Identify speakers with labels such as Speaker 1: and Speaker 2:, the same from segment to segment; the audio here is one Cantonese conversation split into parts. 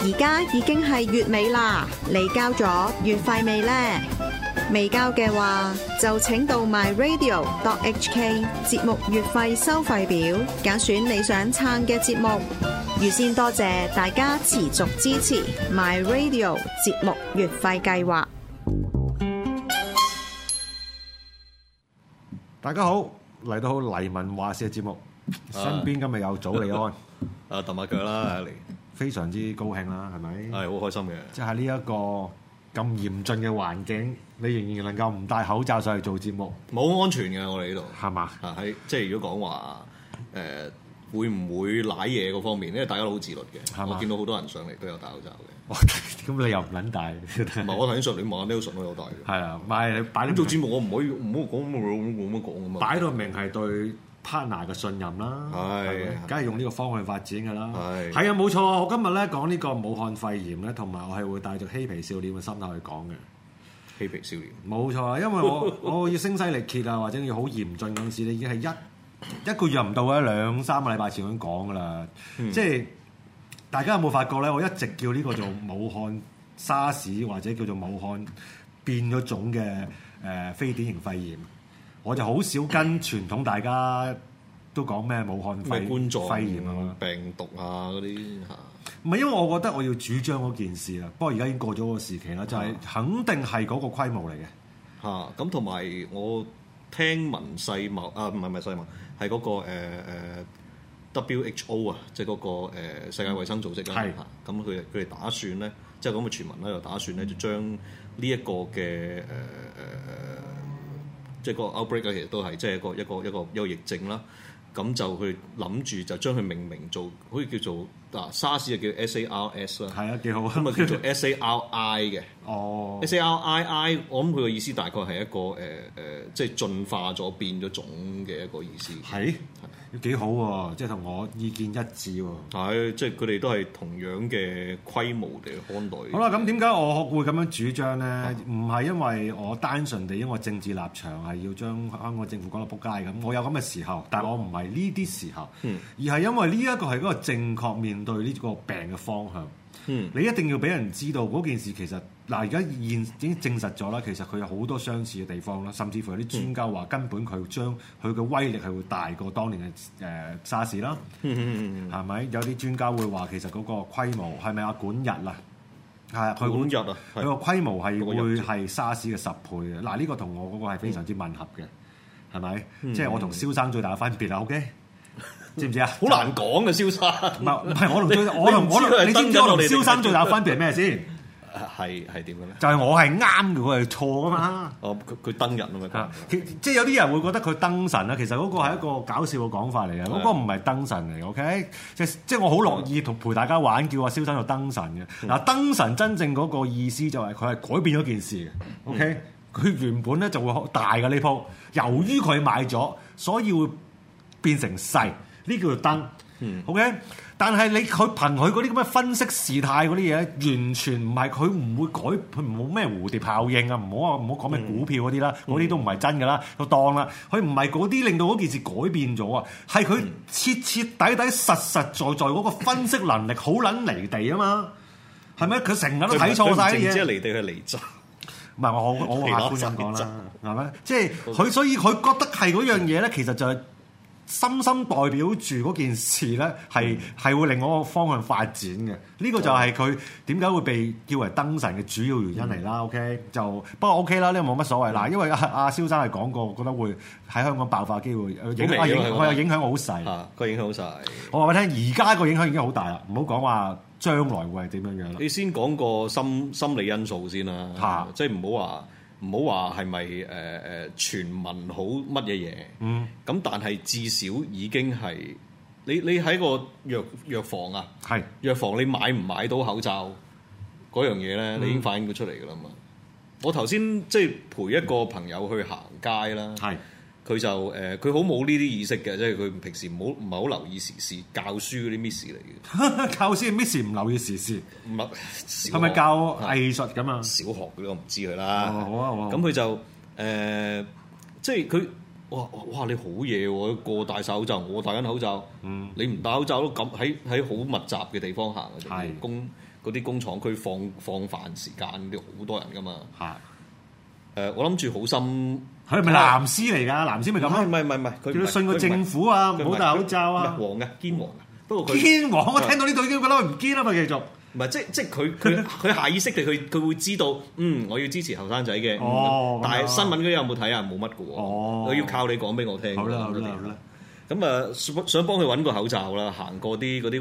Speaker 1: 而家已經係月尾啦，你交咗月費未呢？未交嘅話，就請到 myradio.hk 節目月費收費表，揀選你想撐嘅節目。預先多謝大家持續支持 myradio 節目月費計劃。
Speaker 2: 大家好，嚟到黎民話事嘅節目，身邊今日有祖利 安，
Speaker 3: 啊揼下腳啦，嚟
Speaker 2: 非常之高興啦，係
Speaker 3: 係
Speaker 2: 咪？
Speaker 3: 好開心嘅。
Speaker 2: 即係呢一個咁嚴峻嘅環境，你仍然能夠唔戴口罩上去做節目，
Speaker 3: 冇安全嘅，我哋呢度
Speaker 2: 係嘛？
Speaker 3: 啊喺即係如果講話誒會唔會舐嘢嗰方面，因為大家都好自律
Speaker 2: 係
Speaker 3: 嘅，
Speaker 2: 嘛
Speaker 3: 我見到好多人上嚟都有戴口罩嘅。
Speaker 2: 哇咁你又唔撚戴？
Speaker 3: 唔係我頭先上你望呢度上都有戴嘅。
Speaker 2: 係啊，唔係你擺
Speaker 3: 咁
Speaker 2: 呢
Speaker 3: 做節目我唔可以唔好講冇冇乜講咁嘛。
Speaker 2: 擺到明係對 partner 嘅信任啦，
Speaker 3: 係
Speaker 2: 咪梗係用呢個方向發展㗎啦。
Speaker 3: 係
Speaker 2: 係啊，冇錯啊！我今日咧講呢個武漢肺炎咧，同埋我係會帶著嬉皮笑臉嘅心態去講嘅。
Speaker 3: 嬉皮笑臉，
Speaker 2: 冇錯啊，因為我我要聲勢力竭啊，或者要好嚴峻嗰陣時，你已經係一一個月唔到啊，兩三個禮拜前已經講㗎啦。即係大家有冇發覺咧？我一直叫呢個做武漢沙士或者叫做武漢變咗種嘅誒、呃非典型肺炎，我就好少跟傳統大家都講咩武漢
Speaker 3: 咩
Speaker 2: 肺
Speaker 3: 冠狀
Speaker 2: 肺炎啊。
Speaker 3: 病毒啊嗰啲嚇，
Speaker 2: 唔係因為我覺得我要主張嗰件事啊啦，不過而家已經過咗個時期啦，就係、肯定係嗰個規模嚟嘅。
Speaker 3: 嚇咁同埋我聽聞世貿啊，唔係唔係世貿，係嗰個誒誒 WHO 啊，即係嗰個誒世界衛生組織
Speaker 2: 係
Speaker 3: 啦嚇。咁佢哋佢哋打算咧，即係咁嘅傳聞咧，就打算咧就將呢一個嘅誒誒。即係個 outbreak 啊，其實都係即係一個一個一個一個疫症啦。咁就佢諗住就將佢命名做，好似叫做嗱沙士就叫 SARS 啦，
Speaker 2: 係啊，幾好啊！
Speaker 3: 咁啊叫做 SARI 嘅。
Speaker 2: 哦，
Speaker 3: S A R I I，我諗佢嘅意思大概係一個誒誒、呃即係進化咗變咗種嘅一個意思。
Speaker 2: 係幾好喎，即係同我意見一致喎。
Speaker 3: 係，即係佢哋都係同樣嘅規模嚟看待。
Speaker 2: 好啦，咁點解我會咁樣主張呢？唔係因為我單純地因為我政治立場係要將香港政府講到仆街咁，我有咁嘅時候，但我唔係呢啲時候，而係因為呢一個係嗰個正確面對呢個病嘅方向。
Speaker 3: 嗯
Speaker 2: 你一定要俾人知道嗰件事其實嗱，而家現已經證實咗啦，其實佢有好多相似嘅地方啦，甚至乎有啲專家話根本佢將佢嘅威力係會大過當年嘅誒沙士啦。
Speaker 3: 嗯
Speaker 2: 係咪？有啲專家會話其實嗰個規模係咪阿管日啊？係啊，佢
Speaker 3: 管日啊
Speaker 2: 佢
Speaker 3: 係
Speaker 2: 個規模係
Speaker 3: 嗰個
Speaker 2: 會
Speaker 3: 日
Speaker 2: 係沙士嘅十倍嘅。嗱，呢個同我嗰個係非常之吻合嘅，係咪？
Speaker 3: 嗯
Speaker 2: 即係我同蕭生最大嘅分別啦。OK，知 唔知啊？
Speaker 3: 好難講嘅，蕭生
Speaker 2: 唔係唔係，我同最我同
Speaker 3: 你唔知
Speaker 2: 我
Speaker 3: 佢係
Speaker 2: 同你知唔知
Speaker 3: 真
Speaker 2: 我
Speaker 3: 㗎
Speaker 2: 同
Speaker 3: 你哋
Speaker 2: 蕭生最大嘅分別係咩先？
Speaker 3: 係係點嘅咧？
Speaker 2: 就係我係啱嘅，佢係錯噶嘛。
Speaker 3: 哦，佢佢登人啊
Speaker 2: 嚇
Speaker 3: 嘛，
Speaker 2: 其即係有啲人會覺得佢燈神啦，啊其實嗰個係一個搞笑嘅講法嚟嘅，嗰個唔係燈神嚟，OK？即即係我好樂意同陪大家玩，叫阿蕭生做燈神嘅。嗱，燈神真正嗰個意思就係佢係改變咗件事嘅，OK？佢原本咧就會大嘅呢鋪，由於佢買咗，所以會變成細，呢叫做燈。OK，但係你佢憑佢嗰啲咁嘅分析事態嗰啲嘢，完全唔係佢唔會改，佢冇咩蝴蝶效應啊！唔好話唔好講咩股票嗰啲啦，嗰啲、都唔係真㗎啦，就當啦。佢唔係嗰啲令到嗰件事改變咗啊，係佢徹徹底底、實實在在嗰個分析能力好撚離地啊嘛，係咪？佢成日都睇錯晒啲嘢
Speaker 3: 即係。離地係離渣。
Speaker 2: 唔係 我好我好客觀咁講啦，係咪？即係佢所以佢覺得係嗰樣嘢咧，其實就係深深代表住嗰件事咧，係
Speaker 3: 嗯
Speaker 2: 係會令我個方向發展嘅。呢個就係佢點解會被叫為燈神嘅主要原因嚟
Speaker 3: 嗯
Speaker 2: 啦。OK，就不過 OK 啦，呢個冇乜所謂啦。因為阿阿蕭生係講過，覺得會喺香港爆發機會呃影
Speaker 3: 好微
Speaker 2: 啊影
Speaker 3: 咯係咪
Speaker 2: 我有影響好細。
Speaker 3: 嚇，個影響好晒。
Speaker 2: 我話俾你聽，而家個影響已經好大啦，唔好講話將來會係點樣樣啦。
Speaker 3: 你先講個心心理因素先啦，
Speaker 2: 嚇
Speaker 3: 即係唔好話唔好話係咪誒誒全民好乜嘢嘢，咁、
Speaker 2: 嗯
Speaker 3: 但係至少已經係你你喺個藥藥房啊，
Speaker 2: 係
Speaker 3: 藥房你買唔買到口罩嗰樣嘢咧，
Speaker 2: 嗯
Speaker 3: 你已經反映咗出嚟㗎啦嘛。我頭先即係陪一個朋友去行街啦，
Speaker 2: 係
Speaker 3: 佢就誒佢好冇呢啲意識嘅，即係佢平時冇唔係好留意時事，教書嗰啲 miss 嚟嘅，
Speaker 2: 靠先，Miss 唔留意時事。
Speaker 3: 唔係小
Speaker 2: 係咪
Speaker 3: 學
Speaker 2: 教
Speaker 3: 啊
Speaker 2: 藝術咁啊？
Speaker 3: 小學嗰啲我唔知佢
Speaker 2: 哦
Speaker 3: 啦。
Speaker 2: 好啊好啊
Speaker 3: 咁佢就誒、呃即係佢哇哇你好嘢喎！個戴晒口罩，
Speaker 2: 嗯
Speaker 3: 我戴緊口罩，你唔戴口罩都咁喺喺好密集嘅地方行嘅，仲要
Speaker 2: 係
Speaker 3: 公嗰啲工廠區放放飯時間，啲好多人噶嘛。
Speaker 2: 嚇，
Speaker 3: 誒、我諗住好心，
Speaker 2: 佢係咪藍絲嚟㗎？藍絲咪
Speaker 3: 唔
Speaker 2: 咁
Speaker 3: 係唔
Speaker 2: 咯，
Speaker 3: 係唔係唔係，佢
Speaker 2: 叫
Speaker 3: 唔
Speaker 2: 你
Speaker 3: 係
Speaker 2: 信個
Speaker 3: 佢唔係
Speaker 2: 政府啊，唔
Speaker 3: 佢唔
Speaker 2: 好
Speaker 3: 係
Speaker 2: 戴口
Speaker 3: 佢
Speaker 2: 罩
Speaker 3: 唔係
Speaker 2: 啊。
Speaker 3: 黃嘅堅黃嘅，不過佢
Speaker 2: 堅王，我聽到呢度已經覺得佢唔堅啦嘛，繼續。
Speaker 3: 唔係即即 佢佢佢下意識地佢佢會知道，嗯，我要支持後生仔嘅。嗯
Speaker 2: 哦
Speaker 3: 但
Speaker 2: 咁樣
Speaker 3: 係新聞嗰啲有冇睇啊？冇乜嘅喎。
Speaker 2: 哦
Speaker 3: 我要靠你講俾我聽。
Speaker 2: 好啦好啦好啦，
Speaker 3: 咁啊，想想幫佢揾個口罩啦，行過啲嗰啲屈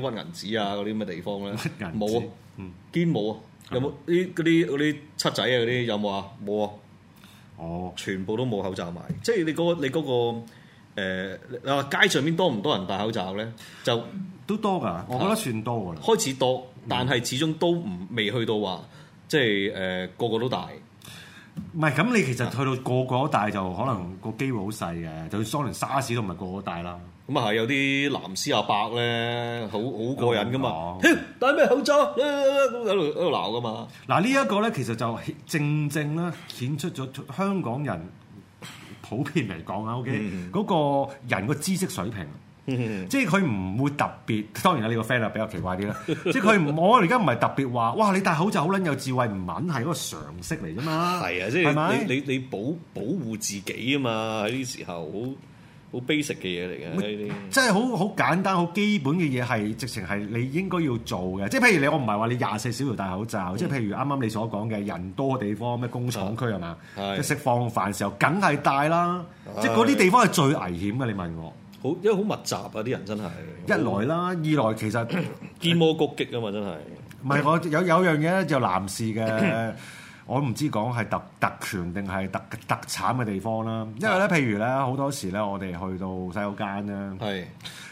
Speaker 3: 銀紙啊，嗰啲咁嘅地方咧
Speaker 2: 屈銀紙，
Speaker 3: 冇啊
Speaker 2: 嗯，
Speaker 3: 堅冇啊，有冇啲嗰啲嗰啲七仔啊嗰啲有冇啊？冇啊，
Speaker 2: 哦，
Speaker 3: 全部都冇口罩賣。即係你嗰、個你嗰、個誒你話街上面多唔多人戴口罩咧？就
Speaker 2: 都多㗎，我覺得算多㗎啦。
Speaker 3: 開始多，但係始終都唔未去到話即係誒、個個都戴。
Speaker 2: 唔係咁，你其實去到個個都戴就可能個機會好細嘅，就算當年沙士都唔係個個都戴啦。
Speaker 3: 咁啊係有啲藍絲阿伯咧，好好過癮噶嘛
Speaker 2: 哦，
Speaker 3: 嘿戴咩口罩？咁喺度喺度鬧噶嘛。
Speaker 2: 嗱呢一個咧，其實就正正咧顯出咗香港人普遍嚟講啊，OK
Speaker 3: 嗯
Speaker 2: 嗰、個人個知識水平。啊即係佢唔會特別，當然啦，你個 friend 啊比較奇怪啲啦。 即係佢唔，我而家唔係特別話，哇！你戴口罩好撚有智慧，唔撚係嗰個常識嚟啫嘛。
Speaker 3: 係啊，即
Speaker 2: 係咪
Speaker 3: 係你你你保保護自己啊嘛！喺呢啲時候好好 basic 嘅嘢嚟嘅呢
Speaker 2: 即係好好簡單、好基本嘅嘢係，直情係你應該要做嘅。即係譬如你，我唔係話你廿四小時戴口罩，
Speaker 3: 嗯
Speaker 2: 即係譬如啱啱你所講嘅人多嘅地方，咩工廠區係嘛？
Speaker 3: 啊係
Speaker 2: 即係食放飯時候，梗係戴啦。
Speaker 3: 係
Speaker 2: 即係嗰啲地方係最危險嘅。你問我，
Speaker 3: 啲，好因為好密集啊！啲人真係
Speaker 2: 一來啦，二來其實
Speaker 3: 見魔谷擊啊嘛，真係
Speaker 2: 唔係我有有樣嘢咧，就男士 嘅。我唔知講係特特權定係特特產嘅地方啦，因為咧，譬如咧，好多時咧，我哋去到洗手間咧，
Speaker 3: 係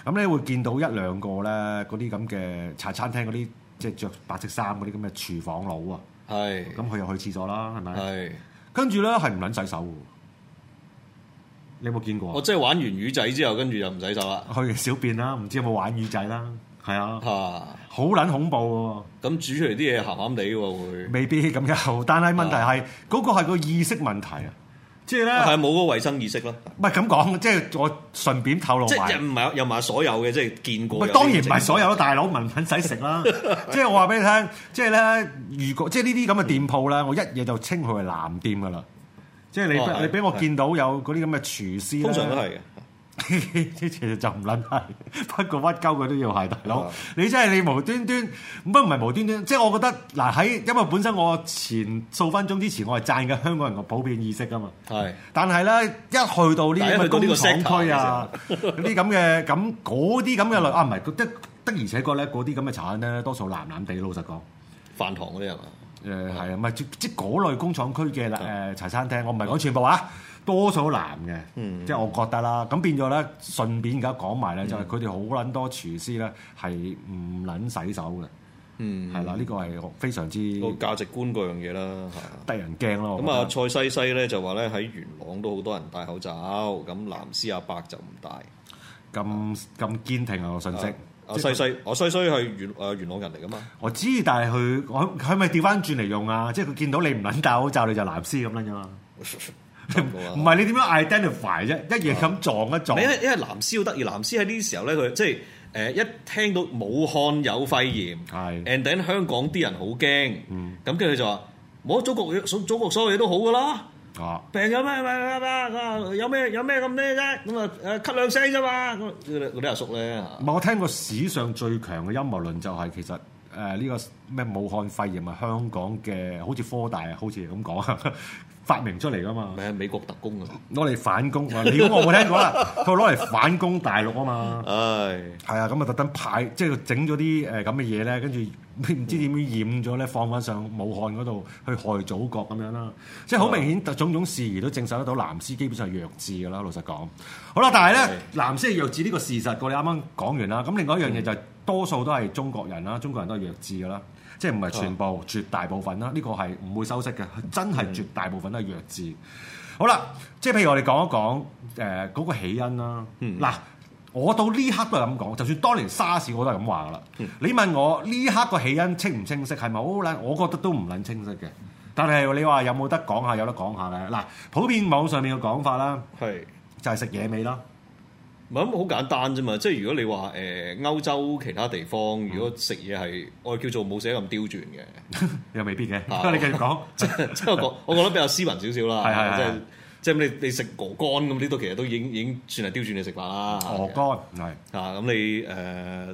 Speaker 2: 咁你會見到一兩個咧嗰啲咁嘅茶餐廳嗰啲即係着白色衫嗰啲咁嘅廚房佬啊，
Speaker 3: 係
Speaker 2: 咁啊佢又去廁所啦，係咪？
Speaker 3: 係，
Speaker 2: 跟住咧係唔撚洗手嘅喎，你有冇見過
Speaker 3: 我
Speaker 2: 啊？
Speaker 3: 即係玩完魚仔之後，跟住就唔洗手啦
Speaker 2: 去小便啦，唔知有冇玩魚仔啦，係啊，
Speaker 3: 嚇。
Speaker 2: 好撚恐怖嘅喎。
Speaker 3: 咁煮出嚟啲嘢鹹鹹地喎會，
Speaker 2: 未必咁有，但係問題係嗰、個係個意識問題啊，即係
Speaker 3: 哦
Speaker 2: 咧
Speaker 3: 係冇嗰個衞生意識咯。
Speaker 2: 唔係咁講，即係我順便透露
Speaker 3: 即
Speaker 2: 埋
Speaker 3: 係。唔啊係又唔係所有嘅，即係見過
Speaker 2: 喂，
Speaker 3: 有啲
Speaker 2: 當
Speaker 3: 整。
Speaker 2: 然唔係所有啦，大佬文品使食啦。 即係我話俾你聽，即係咧，如果即係呢啲咁嘅店鋪咧，我一嘢就稱佢為藍店噶啦。即係你
Speaker 3: 嗯哦係
Speaker 2: 你俾我
Speaker 3: 係
Speaker 2: 見到有嗰啲咁嘅廚師呢
Speaker 3: 通常都係嘅。
Speaker 2: 其實就唔撚係，不過屈鳩佢都要係大佬
Speaker 3: 啊。
Speaker 2: 你真係你無端端，不過唔係無端端，即係我覺得嗱喺，因為本身我前數分鐘之前我係讚緊香港人個普遍意識啊嘛。
Speaker 3: 係
Speaker 2: 但係咧，一去到呢啲咁嘅工廠區啊，
Speaker 3: 第
Speaker 2: 嗰啲咁嘅咁嗰啲咁嘅類啊，唔係的的而且確咧，嗰啲咁嘅茶餐廳咧，多數藍藍地。老實講，
Speaker 3: 飯堂嗰啲係嘛？
Speaker 2: 誒係啊，唔係即即嗰類工廠區嘅誒茶餐廳，我唔係講全部啊，多數藍嘅，即係我覺得啦。咁變咗咧，順便而家講埋咧，就係佢哋好撚多廚師咧係唔撚洗手嘅，
Speaker 3: 嗯，
Speaker 2: 係啦，呢個係我非常之
Speaker 3: 個價值觀嗰樣嘢啦嚇。
Speaker 2: 得人驚咯。
Speaker 3: 咁啊，
Speaker 2: 咁
Speaker 3: 蔡西西咧就話咧喺元朗都好多人戴口罩，咁藍絲阿伯就唔戴。
Speaker 2: 咁咁堅定啊個信息。
Speaker 3: 阿西西，我西西係元誒元朗人嚟噶 嘛？
Speaker 2: 我知，但係佢我佢咪調翻轉嚟用啊！即係佢見到你唔撚戴口罩，你就藍絲咁撚啫嘛。
Speaker 3: 啊
Speaker 2: 唔係你點樣 identify 啫？一嘢咁撞一撞
Speaker 3: 你，因為因為藍絲好得意，藍絲喺呢啲時候咧，佢即係誒一聽到武漢有肺炎
Speaker 2: 係
Speaker 3: ，and then 香港啲人好驚，咁跟住佢就話冇祖國嘢，祖國所有嘢都好噶啦。
Speaker 2: 啊
Speaker 3: 病有咩咩咩咩啊有咩有咩咁咩啫？咁啊誒咳兩聲啫嘛。咁嗰啲阿叔咧，
Speaker 2: 唔係我聽過史上最強嘅陰謀論就係其實誒呢個咩武漢肺炎啊，香港嘅好似科大啊，好似咁講 啊，發明出嚟噶嘛，
Speaker 3: 咩美國特工啊？
Speaker 2: 攞嚟反攻啊！你估我冇聽過啦，佢攞嚟反攻大陸啊嘛。
Speaker 3: 唉。
Speaker 2: 係啊，咁啊特登派，即係整咗啲誒咁嘅嘢咧，跟住唔知點樣染咗咧，放翻上武漢嗰度去害祖國咁樣啦。即係好明顯，種種事宜都證實得到藍絲基本上係弱智㗎啦。老實講，好啦，但係咧藍絲係弱智呢個事實，我哋啱啱講完啦。咁另外一樣嘢就係、多數都係中國人啦，中國人都係弱智㗎啦。即係唔係全部，絕大部分啦，呢個係唔會修飾嘅，真係絕大部分都係弱智。好啦，即係譬如我哋講一講誒嗰個起因啦。
Speaker 3: 嗯
Speaker 2: 嗱、我到呢刻都係咁講，就算當年沙士我都係咁話噶啦。
Speaker 3: 嗯
Speaker 2: 你問我呢刻個起因清唔清晰，係咪好撚？我覺得都唔撚清晰嘅。但係你話有冇得講下？有得講下嘅。嗱，普遍網上面嘅講法啦，
Speaker 3: 係
Speaker 2: 就係食野味啦。
Speaker 3: 唔係咁好簡單啫嘛，即係如果你話誒、呃、歐洲其他地方，如果食嘢係我叫做冇寫咁刁鑽嘅，
Speaker 2: 又未必嘅。不
Speaker 3: 啊
Speaker 2: 過你繼續 講，
Speaker 3: 即係即係我講，我覺得比較斯文少少啦，
Speaker 2: 係係係
Speaker 3: 即係即係咁你你食鵝肝咁呢度其實都已經已經算係刁鑽嘅食法啦。
Speaker 2: 鵝肝係
Speaker 3: 啊，咁你誒咁、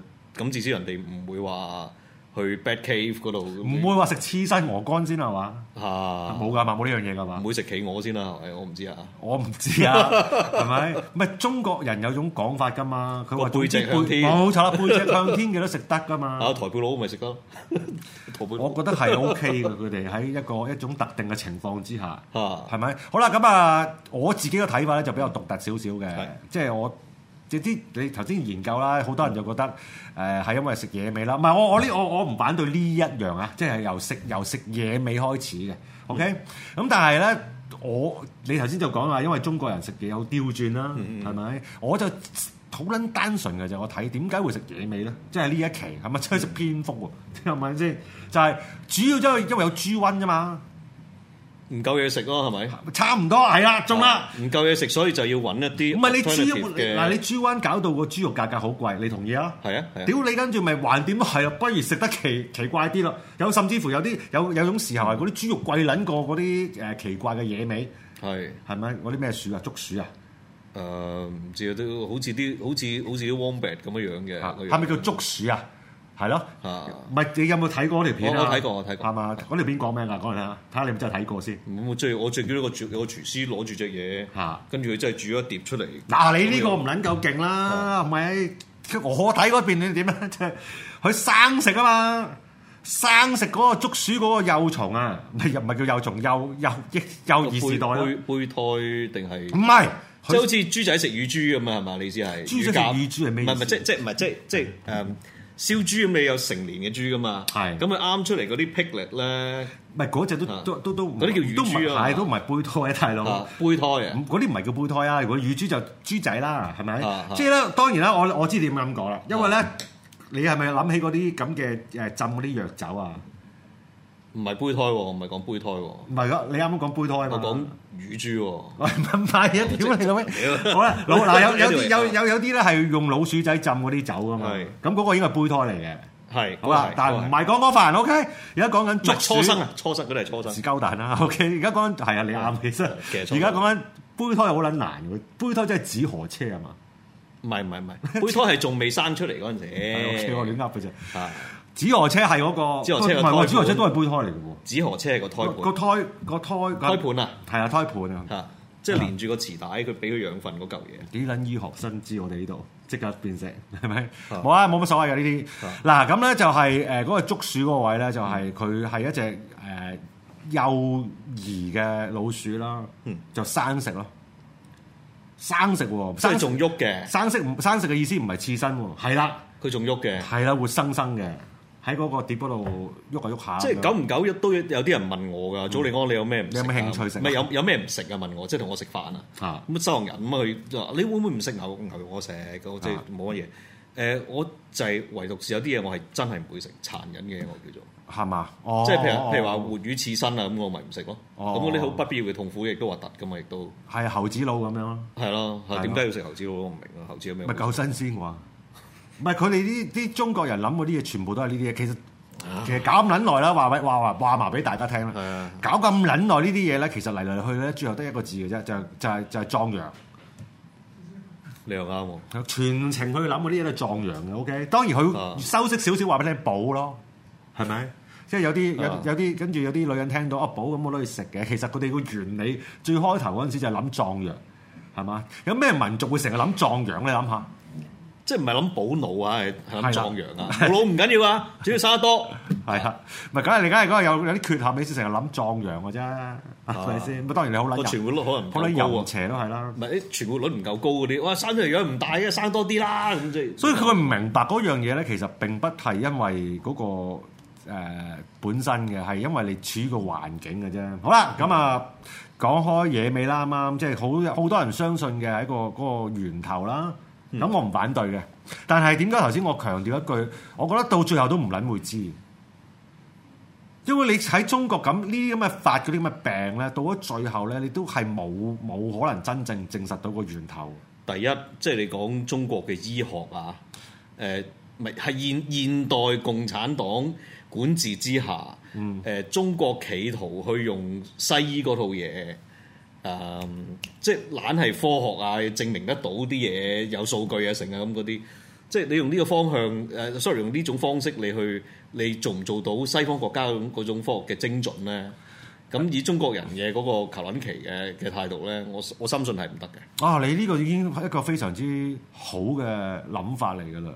Speaker 3: 至少人哋唔會話去 Bad Cave 嗰度，
Speaker 2: 唔會話食黐身鵝肝先係嘛？
Speaker 3: 啊，
Speaker 2: 冇㗎嘛，冇呢樣嘢㗎嘛
Speaker 3: 唔。會食企鵝先啦，係我唔知啊。
Speaker 2: 我唔知啊， 係咪？唔係中國人有種講法㗎嘛，佢話
Speaker 3: 個背
Speaker 2: 總
Speaker 3: 脊
Speaker 2: 之
Speaker 3: 向天
Speaker 2: 冇 錯啦，背脊向天嘅都食得㗎嘛。
Speaker 3: 啊，台背佬咪食咯， 台背佬
Speaker 2: 我覺得係 OK 嘅，佢哋喺一個一種特定嘅情況之下，
Speaker 3: 啊
Speaker 2: 係咪？好啦，咁啊，我自己嘅睇法咧就比較獨特少少嘅
Speaker 3: 係，
Speaker 2: 即係我。即係啲你頭先研究啦，好多人就覺得誒係、因為食野味啦。唔係我我呢我我唔反對呢一樣啊，即係由食由食野味開始嘅。OK，咁、但係咧，我你頭先就講話，因為中國人食嘢好刁轉啦，係咪、我就好撚單純嘅就我睇點解會食野味咧？即係呢一期係咪即係食蝙蝠喎？係 咪先？就係、主要因為因為有豬瘟啫嘛，
Speaker 3: 唔夠嘢食咯，係咪？啊
Speaker 2: 差唔多係啦，中啦。
Speaker 3: 唔夠嘢食，所以就要揾一啲
Speaker 2: 唔係你豬
Speaker 3: alternative 嘅
Speaker 2: 嗱，你豬灣搞到個豬肉價格好貴，你同意啊？
Speaker 3: 係啊係啊，
Speaker 2: 屌你跟住咪還掂咯，係啊，不如食得奇奇怪啲咯。有甚至乎有啲有有種時候係嗰啲豬肉貴撚過嗰啲誒奇怪嘅野味，
Speaker 3: 係
Speaker 2: 係咪？嗰啲咩鼠啊，竹鼠啊，
Speaker 3: 誒唔知啊都好似啲好似好似啲 wombat 咁樣樣嘅個樣，
Speaker 2: 係咪叫竹鼠啊？係咯，
Speaker 3: 啊？
Speaker 2: 唔係你有冇睇過嗰條片啊
Speaker 3: 我我睇過我睇過
Speaker 2: 係嘛？嗰條片講咩㗎？講嚟聽下，睇下你有冇真係睇過先。
Speaker 3: 咁我最我最記得個廚有個廚師攞住隻嘢，
Speaker 2: 嚇
Speaker 3: 跟住佢真係煮咗一碟出嚟。
Speaker 2: 嗱，你呢個唔撚夠勁啦，係咪？我睇嗰邊你點 咧？即係佢生食啊嘛，生食嗰個竹鼠嗰個幼蟲啊，唔係唔係叫幼蟲，幼幼幼幼兒時代
Speaker 3: 胚
Speaker 2: 啦，
Speaker 3: 胚胎定係
Speaker 2: 唔？係
Speaker 3: 即係好
Speaker 2: 佢
Speaker 3: 似豬仔食乳豬咁啊，係嘛？你意思係
Speaker 2: 豬仔食
Speaker 3: 鴿
Speaker 2: 乳豬係咩意
Speaker 3: 唔
Speaker 2: 思嗯
Speaker 3: 係唔係，即即唔係即即誒燒豬咁，你有成年嘅豬噶嘛？
Speaker 2: 係
Speaker 3: 咁佢啱出嚟嗰啲 piglet 咧，
Speaker 2: 唔係嗰只都
Speaker 3: 啊
Speaker 2: 都都都唔
Speaker 3: 嗰啲叫乳
Speaker 2: 都唔係
Speaker 3: 豬啊
Speaker 2: 係都唔係胚胎啊，大佬
Speaker 3: 啊。胚胎啊，
Speaker 2: 咁嗰啲唔係叫胚胎啊，如果乳豬就豬仔啦，係咪
Speaker 3: 啊？啊
Speaker 2: 即係咧，當然啦，我我知點咁講啦，因為咧，你係咪諗起嗰啲咁嘅誒浸嗰啲藥酒啊？
Speaker 3: 唔係胚胎喎，我唔係講胚胎喎，
Speaker 2: 唔係噶，你啱啱講胚胎啊嘛。
Speaker 3: 我講乳豬喎。
Speaker 2: 喂，唔係啊！屌 你老味！好啦，老嗱有有啲有有有啲咧係用老鼠仔浸嗰啲酒噶嘛
Speaker 3: 係，啊
Speaker 2: 咁嗰個應該係胚胎嚟嘅。
Speaker 3: 係，
Speaker 2: 好啦，但唔係講嗰飯，OK？而家講緊
Speaker 3: 都
Speaker 2: 竹
Speaker 3: 係
Speaker 2: 鼠
Speaker 3: 初生啊，初生嗰啲係初生
Speaker 2: 是。鳩蛋啦，OK？而家 講緊係啊，你啱其實。
Speaker 3: 其實初
Speaker 2: 而家講緊胚胎好撚難嘅，胚胎真係紙河車啊嘛。
Speaker 3: 唔係唔係唔係，胚胎係仲未生出嚟嗰陣時。
Speaker 2: 哎係我亂噏嘅啫。
Speaker 3: 啊
Speaker 2: 紙河車係嗰個，
Speaker 3: 紙河車
Speaker 2: 唔係喎，
Speaker 3: 個胎盤
Speaker 2: 紙河車都係胚胎嚟嘅
Speaker 3: 紫河車係個胎
Speaker 2: 喎。個
Speaker 3: 盤，
Speaker 2: 胎個胎
Speaker 3: 胎盤啊，
Speaker 2: 係啊，胎盤啊，
Speaker 3: 嚇，即係連住個臍帶，佢俾佢養分嗰嚿嘢。
Speaker 2: 幾撚醫學新知我哋呢度即刻變成 係咪？
Speaker 3: 啊
Speaker 2: 冇啊，冇乜所謂嘅呢啲。嗱咁咧就係誒嗰個竹鼠嗰個位咧，就
Speaker 3: 嗯
Speaker 2: 係佢係一隻誒、呃幼兒嘅老鼠啦，
Speaker 3: 嗯
Speaker 2: 就生食咯，生食喎，
Speaker 3: 即係
Speaker 2: 生
Speaker 3: 仲喐嘅，
Speaker 2: 生食唔生食嘅意思唔係刺身喎，係啦
Speaker 3: 佢仲喐嘅。
Speaker 2: 係啦，活生生嘅喺嗰個碟嗰度喐下喐下咁樣，嗯
Speaker 3: 即係久唔久一都有啲人問我㗎，祖利安你有咩唔食啊？
Speaker 2: 你有冇興趣食啊
Speaker 3: 唔係有有咩唔食啊？問我，即係同我食飯啊。
Speaker 2: 嚇
Speaker 3: 咁收人咁啊，佢就話你會唔會唔食牛牛肉我食，我即係
Speaker 2: 啊
Speaker 3: 冇乜嘢。誒，我就係唯獨是有啲嘢我係真係唔會食，殘忍嘅我叫做。
Speaker 2: 係嘛？哦，
Speaker 3: 即係譬如譬如話活魚刺身啊，咁我咪唔食咯。
Speaker 2: 哦
Speaker 3: 咁嗰啲好不必要嘅痛苦亦都核突噶嘛，亦都
Speaker 2: 係猴子佬咁樣咯。
Speaker 3: 係咯。
Speaker 2: 係咯
Speaker 3: 係點解要食猴子佬？我唔明啊，猴子有咩
Speaker 2: 咪
Speaker 3: 好？
Speaker 2: 夠新鮮啩？唔係佢哋啲啲中國人諗嗰啲嘢，全部都係呢啲嘢。其實其實搞咁撚耐啦，話話話話埋俾大家聽
Speaker 3: 係
Speaker 2: 啦
Speaker 3: 啊。
Speaker 2: 搞咁撚耐呢啲嘢咧，其實嚟嚟去去咧，最後得一個字嘅啫，就係就係就係壯陽。
Speaker 3: 你又啱喎。
Speaker 2: 全程去諗嗰啲嘢都係壯陽嘅。OK，當然
Speaker 3: 啊
Speaker 2: 佢修飾少少話俾你聽補咯，係咪？即係有啲有
Speaker 3: 啊
Speaker 2: 有啲跟住有啲女人聽到啊補咁我都去食嘅，其實佢哋個原理最開頭嗰陣時就係諗壯陽，係嘛？有咩民族會成日諗壯陽咧？諗下。
Speaker 3: 即係唔係諗補腦啊，係
Speaker 2: 係
Speaker 3: 係
Speaker 2: 啦
Speaker 3: 諗壯陽啊。補腦唔緊要啊，只要生得多。
Speaker 2: 係啊，唔係梗係你梗係嗰個有有啲缺陷，你先成日諗壯陽嘅啫，係咪先？咁當然你好
Speaker 3: 個
Speaker 2: 撚淫，
Speaker 3: 存活率可能唔
Speaker 2: 好撚
Speaker 3: 夠高啊
Speaker 2: 淫。邪都係啦
Speaker 3: 唔。係啲存活率唔夠高嗰啲，哇生出嚟樣唔大嘅，生多啲啦咁即係。
Speaker 2: 所以佢唔明白嗰樣嘢咧，其實並不係因為嗰、個、呃、本身嘅，係因為你處於個環境嘅啫。好啦，咁啊講開野味啦，啱啱即係好好多人相信嘅喺個嗰、個源頭啦。咁我唔反對嘅，但係點解頭先我強調一句，我覺得到最後都唔撚會知，因為你喺中國咁呢啲咁嘅發嗰啲咁嘅病咧，到咗最後咧，你都係冇冇可能真正證實到個源頭。
Speaker 3: 但第一，即係你講中國嘅醫學啊，誒咪係現現代共產黨管治之下，誒、中國企圖去用西醫嗰套嘢。誒、即係懶係科學啊，證明得到啲嘢有數據啊，成啊咁嗰啲，即係你用呢個方向誒、s o r r y 用呢種方式你去，你做唔做到西方國家嗰種嗰種科學嘅精準咧？咁以中國人嘅嗰個求撚期嘅嘅態度咧，我我深信係唔得嘅。
Speaker 2: 啊，你呢個已經係一個非常之好嘅諗法嚟㗎啦。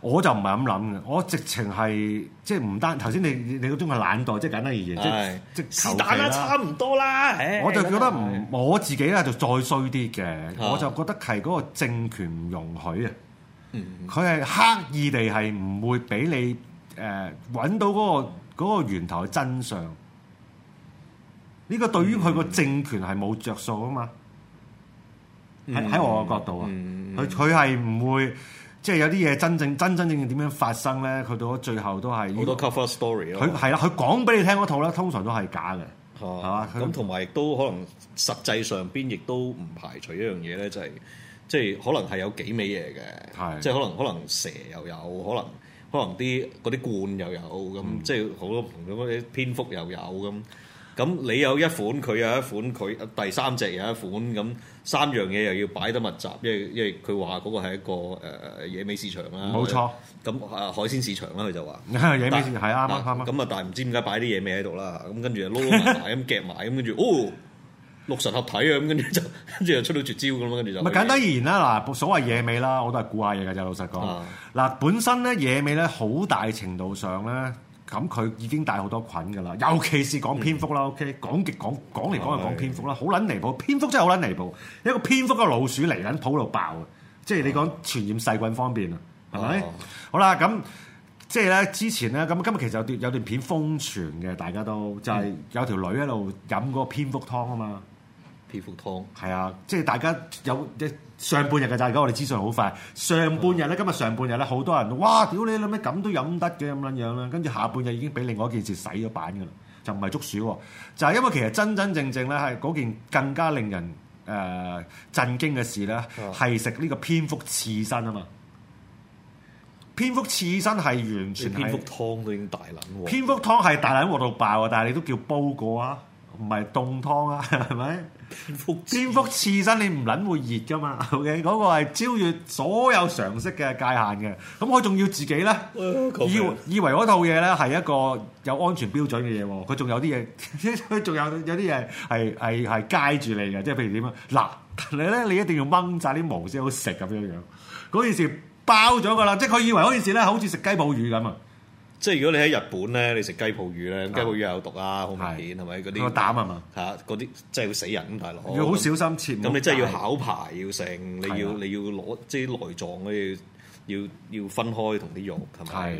Speaker 2: 我就唔係咁諗嘅，我直情係即係唔單頭先你你嗰種係懶惰，即係簡單而言，即係
Speaker 3: 係
Speaker 2: 即係
Speaker 3: 是
Speaker 2: 求其
Speaker 3: 但啦，差唔多啦。唉
Speaker 2: 我就覺得唔，我自己咧就再衰啲嘅，
Speaker 3: 啊
Speaker 2: 我就覺得係嗰個政權唔容許啊。
Speaker 3: 嗯
Speaker 2: 佢係刻意地係唔會俾你誒揾、到嗰、個嗰個源頭嘅真相。呢、個對於佢個政權係冇着數啊嘛。喺
Speaker 3: 嗯
Speaker 2: 喺、我嘅角度啊，佢佢係唔會即係有啲嘢真正真真正正點樣發生咧，佢到咗最後都係
Speaker 3: 好多 cover story 咯。
Speaker 2: 佢係啦，佢講俾你聽嗰套咧，通常都係假嘅。 係嘛
Speaker 3: 啊
Speaker 2: 佢
Speaker 3: 咁同埋亦都可能實際上邊亦都唔排除一樣嘢咧，就係即係可能係有幾味嘢
Speaker 2: 係
Speaker 3: 嘅，即係可能可能蛇又有，可能可能啲嗰啲罐又有，
Speaker 2: 嗯
Speaker 3: 咁即係好多唔同咁啲蝙蝠又有咁。咁你有一款，佢有一款，佢第三隻有一款，咁三樣嘢又要擺得密集，因為因為佢話嗰個係一個誒、呃野味市場啦，
Speaker 2: 冇錯。
Speaker 3: 咁啊海鮮市場啦，佢就話。
Speaker 2: 野味市係啱啊
Speaker 3: 嗱
Speaker 2: 啱啊。
Speaker 3: 咁啊，但係唔知點解擺啲嘢味喺度啦，咁跟住就撈撈埋埋咁夾埋，咁跟住哦六神合體啊，咁跟住就 跟住又出到絕招咁咯，跟住就
Speaker 2: 唔係簡單而言啦，嗱，所謂野味啦，我都係估下嘢嘅啫。老實講
Speaker 3: 啊，
Speaker 2: 嗱、本身咧野味咧好大程度上咧，咁佢已經帶好多菌㗎啦。尤其是講蝙
Speaker 3: 嗯
Speaker 2: 蝠啦，OK，講極講講嚟
Speaker 3: 哦
Speaker 2: 講去講蝙蝠啦，好撚離譜，蝙蝠真係好撚離譜，一個蝙蝠嘅老鼠嚟緊鋪度爆嘅，即係你講傳染細菌方面啊，係咪？
Speaker 3: 哦
Speaker 2: 好啦，咁。即係咧，之前咧，咁今日其實有段有段片瘋傳嘅，大家都就係、
Speaker 3: 嗯
Speaker 2: 有條女喺度飲嗰個蝙蝠湯啊嘛。
Speaker 3: 蝙蝠湯，
Speaker 2: 係啊，即係大家有上半日嘅就係而家我哋資訊好快。上半
Speaker 3: 嗯
Speaker 2: 日咧，今日上半日咧，好多人都哇，屌你諗咩咁都飲得嘅咁撚樣啦。跟住下半日已經俾另外一件事洗咗版㗎啦，就唔係捉鼠喎，就係、因為其實真真正正咧係嗰件更加令人誒、呃震驚嘅事咧，
Speaker 3: 啊
Speaker 2: 係食呢個蝙蝠刺身啊嘛。蝙蝠刺身係完全係
Speaker 3: 蝙蝠湯都已經大撚喎，
Speaker 2: 蝙蝠湯係大撚鑊到爆啊，但係你都叫煲過啊，唔係凍湯啊，係咪？
Speaker 3: 蝙蝠
Speaker 2: 蝙蝠刺身你唔撚會熱噶嘛？OK，嗰個 係超越所有常識嘅界限嘅。咁佢仲要自己咧，
Speaker 3: 救
Speaker 2: 以
Speaker 3: 命
Speaker 2: 以為嗰套嘢咧係一個有安全標準嘅嘢喎。佢仲有啲嘢， 佢仲有有啲嘢係係係街住你嘅，即係譬如點啊？嗱，你咧你一定要掹晒啲毛先好食咁樣樣。嗰件事爆咗㗎啦，即係佢以為嗰件事咧好似食雞泡魚咁啊！
Speaker 3: 即係如果你喺日本咧，你食雞泡魚咧，咁雞泡魚有毒啊，好明顯係咪嗰
Speaker 2: 個
Speaker 3: 啲
Speaker 2: 膽係嘛，
Speaker 3: 嚇嗰啲真係會死人咁大佬，
Speaker 2: 要好小心切。
Speaker 3: 咁你真係要考牌要成，你
Speaker 2: 係
Speaker 3: 要
Speaker 2: 啊
Speaker 3: 你要攞即係內臟嗰啲要要分開同啲肉係
Speaker 2: 係
Speaker 3: 咪？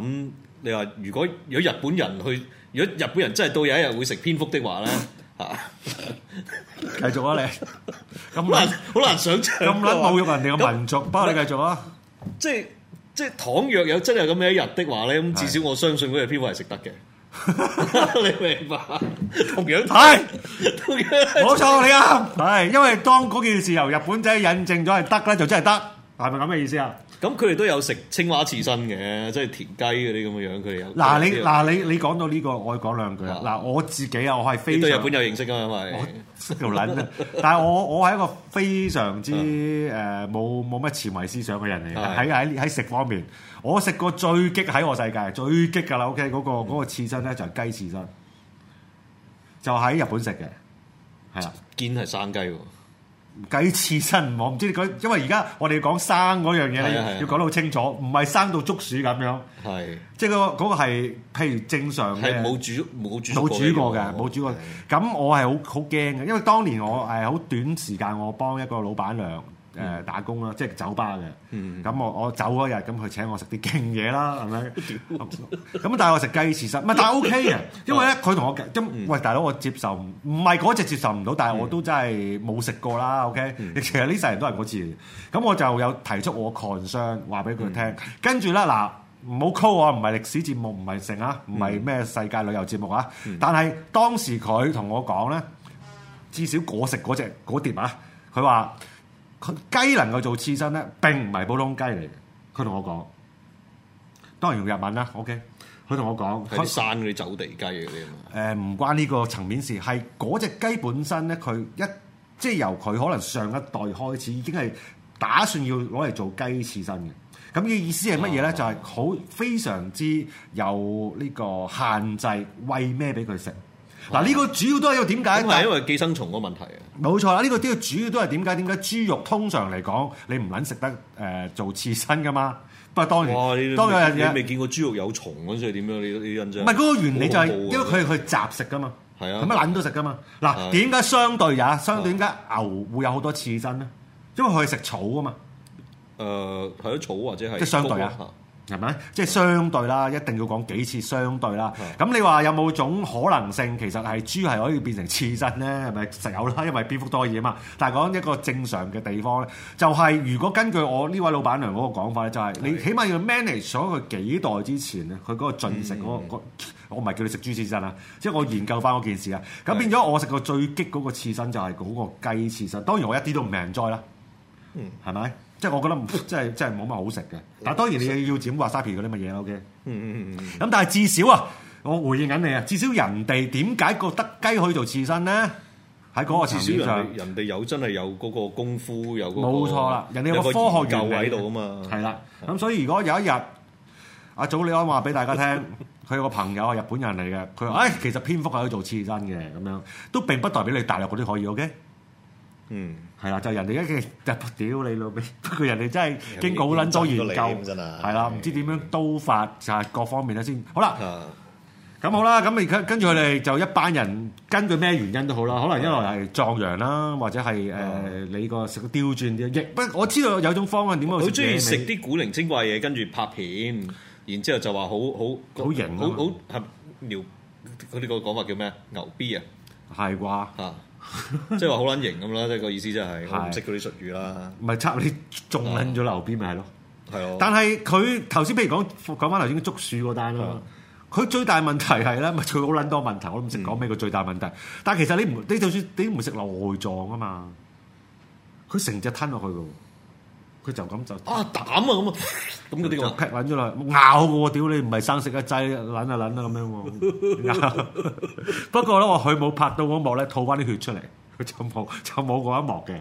Speaker 3: 咁你話如果如果日本人去，如果日本人真係到有一日會食蝙蝠的話 咧，嚇
Speaker 2: 繼續啊你，咁
Speaker 3: 好難
Speaker 2: 撚
Speaker 3: 好難想像
Speaker 2: 咁撚侮辱人哋
Speaker 3: 咁
Speaker 2: 嘅民族，不過你繼續啊！
Speaker 3: 即係即係倘若有真係咁嘅一日的話咧，咁至少我相信嗰隻蝙蝠係食 得嘅。你明白？同樣
Speaker 2: 係
Speaker 3: 同樣
Speaker 2: 冇錯，你啱。係因為當嗰件事由日本仔引證咗係得咧，就真係得，係咪咁嘅意思啊？
Speaker 3: 咁佢哋都有食青蛙刺身嘅，即係田雞嗰啲咁嘅樣，佢哋有
Speaker 2: 嗱，你
Speaker 3: 佢哋有
Speaker 2: 嗱你你講到呢個，我要講兩句啊。嗱，我自己啊，我係非
Speaker 3: 你對日
Speaker 2: 常
Speaker 3: 本有認識啊，因為
Speaker 2: 識條撚啊，但係我 我係一個非常之誒
Speaker 3: 啊
Speaker 2: 冇冇乜前衞思想嘅人嚟嘅，
Speaker 3: 係
Speaker 2: 喺喺喺食方面，我食過最激喺我世界最激㗎啦。OK，嗰個
Speaker 3: 嗯
Speaker 2: 嗰個刺身咧就係雞刺身，就喺日本食嘅，係啦。
Speaker 3: 堅係生雞喎，
Speaker 2: 雞刺身，我唔知你講，因為而家我哋要講生嗰樣嘢
Speaker 3: 係啊係
Speaker 2: 咧，
Speaker 3: 啊
Speaker 2: 要講得好清楚，唔係生到捉鼠咁樣，
Speaker 3: 係
Speaker 2: 即係嗰個嗰個係譬如正常嘅
Speaker 3: 係冇煮冇煮
Speaker 2: 冇煮過
Speaker 3: 呢
Speaker 2: 嘅，
Speaker 3: 個
Speaker 2: 冇煮過
Speaker 3: 係。
Speaker 2: 咁我係好好驚嘅，因為當年我誒好短時間，我幫一個老闆娘
Speaker 3: 嗯
Speaker 2: 誒打工啦，即係酒吧嘅。咁我我走嗰日，咁佢請我食啲勁嘢啦，係 咪？咁但係我食雞翅身，唔係但係 OK 嘅，因為咧佢同我
Speaker 3: 嗯
Speaker 2: 咁喂大佬，我接受唔唔係嗰只接受唔到，但係我都真係冇食過啦。OK，其
Speaker 3: 嗯
Speaker 2: 實呢世人都係嗰次。咁我就有提出我 concern，話俾佢
Speaker 3: 嗯
Speaker 2: 聽，跟住咧嗱。唔好 call 我，唔係歷史節目，唔係成啊，唔係咩世界旅遊節目啊。但係當時佢同我講咧，至少我食嗰只嗰碟啊，佢話佢雞能夠做刺身咧，並唔係普通雞嚟嘅。佢同我講，當然用日文啦。OK，佢同我講，
Speaker 3: 係啲山嗰啲走地雞嗰啲啊
Speaker 2: 誒
Speaker 3: 嘛。
Speaker 2: 呃唔關呢個層面事，係嗰只雞本身咧，佢一即係由佢可能上一代開始已經係打算要攞嚟做雞刺身嘅。咁嘅意思係乜嘢咧？
Speaker 3: 哦
Speaker 2: 就係好非常之有呢個限制，喂咩俾佢食。嗱，呢個主要都係因為點解？
Speaker 3: 哦咁係因為寄生蟲個問題啊。
Speaker 2: 冇錯啦，呢、個都要主要都係點解？點解豬肉通常嚟講，你唔撚食得誒、呃做刺身噶嘛？不過當然
Speaker 3: 哇！你，
Speaker 2: 當然
Speaker 3: 你
Speaker 2: 有
Speaker 3: 未
Speaker 2: 嘢，
Speaker 3: 見過豬肉有蟲嗰陣時係點樣？你你印象
Speaker 2: 唔係嗰個原理就係、因為
Speaker 3: 好恐怖啊
Speaker 2: 佢佢雜食噶嘛，
Speaker 3: 係啊
Speaker 2: 咁乜撚都食噶嘛。嗱，
Speaker 3: 係
Speaker 2: 點解相對也相對點解牛會有好多刺身咧？因為佢係食草啊嘛，
Speaker 3: 誒係咯草或者係
Speaker 2: 即係相對啊
Speaker 3: 谷
Speaker 2: 係咪？即係相對啦，一定要講幾次相對啦。
Speaker 3: 係
Speaker 2: 咁你話有冇種可能性其實係豬係可以變成刺身咧？係咪實有啦？因為蝙蝠多嘢啊嘛。但係講一個正常嘅地方咧，就係、如果根據我呢位老闆娘嗰個講法咧，就係、你起碼要 manage 咗佢幾代之前咧，佢嗰個進食嗰、
Speaker 3: 嗯
Speaker 2: 個。我唔係叫你食豬刺身啊，即係我研究翻嗰件事啊。咁
Speaker 3: 係
Speaker 2: 變咗我食過最激嗰個刺身就係嗰個雞刺身，當然我一啲都唔 enjoy 啦，
Speaker 3: 嗯
Speaker 2: 係咪？即係我覺得唔真係真係冇乜好食嘅。但係當然你要剪 wasabi 嗰啲乜嘢啦，OK。
Speaker 3: 嗯嗯嗯
Speaker 2: 咁但係至少啊，我回應緊你啊，至少人哋點解覺得雞可以做刺身咧？喺嗰個
Speaker 3: 嗯，
Speaker 2: 層
Speaker 3: 至
Speaker 2: 面
Speaker 3: 少
Speaker 2: 上
Speaker 3: 人哋，人哋有真係有嗰個功夫，有嗰個
Speaker 2: 冇錯啦，人哋有個
Speaker 3: 個
Speaker 2: 科學
Speaker 3: 研究
Speaker 2: 原理
Speaker 3: 喺度啊嘛。
Speaker 2: 係啦。咁所以如果有一日，阿祖李安話俾大家聽， 佢有個朋友係日本人嚟嘅，佢話：，誒、其實蝙蝠係可以做刺身嘅，咁樣都並不代表你大陸嗰啲可以，OK？
Speaker 3: 嗯，
Speaker 2: 係啦，就人哋一嘅，屌你老味！ 不過人哋真係經過好撚多研
Speaker 3: 有啲點
Speaker 2: 究，
Speaker 3: 真係
Speaker 2: 係啦，唔知點樣刀法就係各方面咧先。好啦，
Speaker 3: 啊
Speaker 2: 咁好啦，咁而家跟住佢哋就一班人，根據咩原因都好啦，可能一來係壯陽啦，或者係誒、
Speaker 3: 哦
Speaker 2: 你個食個刁轉啲，亦不我知道有種方案點解會
Speaker 3: 好中意食
Speaker 2: 野味
Speaker 3: 啲古靈精怪嘢，跟住拍片，然之後就話好好
Speaker 2: 好型啊
Speaker 3: 好好係苗佢哋個講法叫咩啊牛 B 啊
Speaker 2: 係啩？
Speaker 3: 嚇， 即係話好撚型咁啦，即係個意思即係我
Speaker 2: 係
Speaker 3: 唔識嗰啲術語啦，
Speaker 2: 咪插你仲撚咗流邊咪係咯？
Speaker 3: 係咯。
Speaker 2: 但係佢頭先譬如講講翻頭先捉樹嗰單啦，佢最大問題係咧，咪佢好撚多問題，我都唔識講咩個最大問題。但係其實你唔你就算你都唔食內臟啊嘛，佢成隻吞落去嘅喎，佢就咁就
Speaker 3: 啊膽啊咁啊，咁嗰啲
Speaker 2: 就
Speaker 3: 咁啊
Speaker 2: 劈撚咗啦，咬嘅喎，屌你唔係生食一劑撚啊撚啊咁 樣喎。不過咧，我佢冇拍到嗰幕咧，吐翻啲血 出嚟，佢就冇就冇嗰一幕 嘅。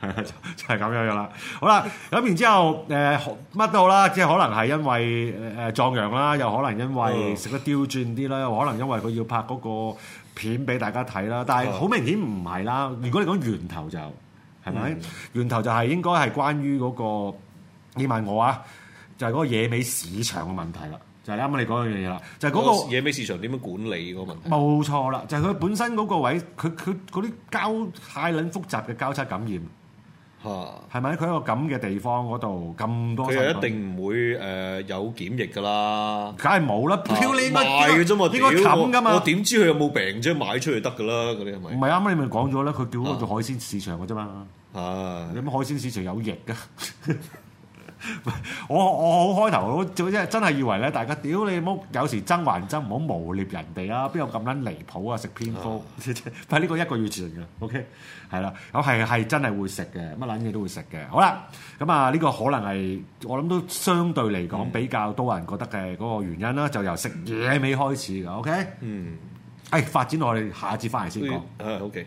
Speaker 2: 係啊，就就係咁樣樣啦。好啦，咁然之後誒乜都好啦，即係可能係因為誒誒壯陽啦，又可能因為
Speaker 3: 嗯
Speaker 2: 食得刁轉啲啦，又可能因為佢要拍嗰個片俾大家睇啦。但係好明顯唔係啦。如果你講源頭就係咪、源頭就係應該係關於嗰、個你問我啊，就係、嗰個野味市場嘅問題啦。就係啱啱你講嗰樣嘢啦，就係、嗰、個。
Speaker 3: 野味市場點樣管理嗰個問題。
Speaker 2: 冇錯啦，就係、佢本身嗰個位，佢佢嗰啲交太撚複雜嘅交叉感染，
Speaker 3: 嚇，
Speaker 2: 係咪？佢喺個咁嘅地方嗰度咁多
Speaker 3: 佢
Speaker 2: 細菌，
Speaker 3: 又一定唔會誒有檢疫㗎啦。
Speaker 2: 梗係冇啦！屌你應該
Speaker 3: 啊賣嘅啫嘛，
Speaker 2: 應該
Speaker 3: 屌
Speaker 2: 冚噶
Speaker 3: 我
Speaker 2: 嘛
Speaker 3: 我？點知佢有冇病啫？買出去得㗎啦，嗰啲係
Speaker 2: 唔
Speaker 3: 咪？
Speaker 2: 係啱啱你咪講咗啦，佢叫嗰個做海鮮市場嘅啫嘛。
Speaker 3: 啊
Speaker 2: 你，乜海鮮市場有翼㗎？ 我我好開頭我真係真係以為咧，大家屌你冇有時爭還爭，唔好污蔑人哋啊！邊有咁撚離譜啊？食蝙蝠， 但係呢個一個月前嘅，OK 係啦，咁係係真係會食嘅，乜撚嘢都會食嘅。好啦，咁啊呢個可能係我諗都相對嚟講比較多人覺得嘅嗰個原因啦，就由食野味開始嘅，OK，誒、哎
Speaker 3: 嗯，
Speaker 2: 發展落去，下一節翻嚟先
Speaker 3: 所以
Speaker 2: 講。
Speaker 3: 啊，OK。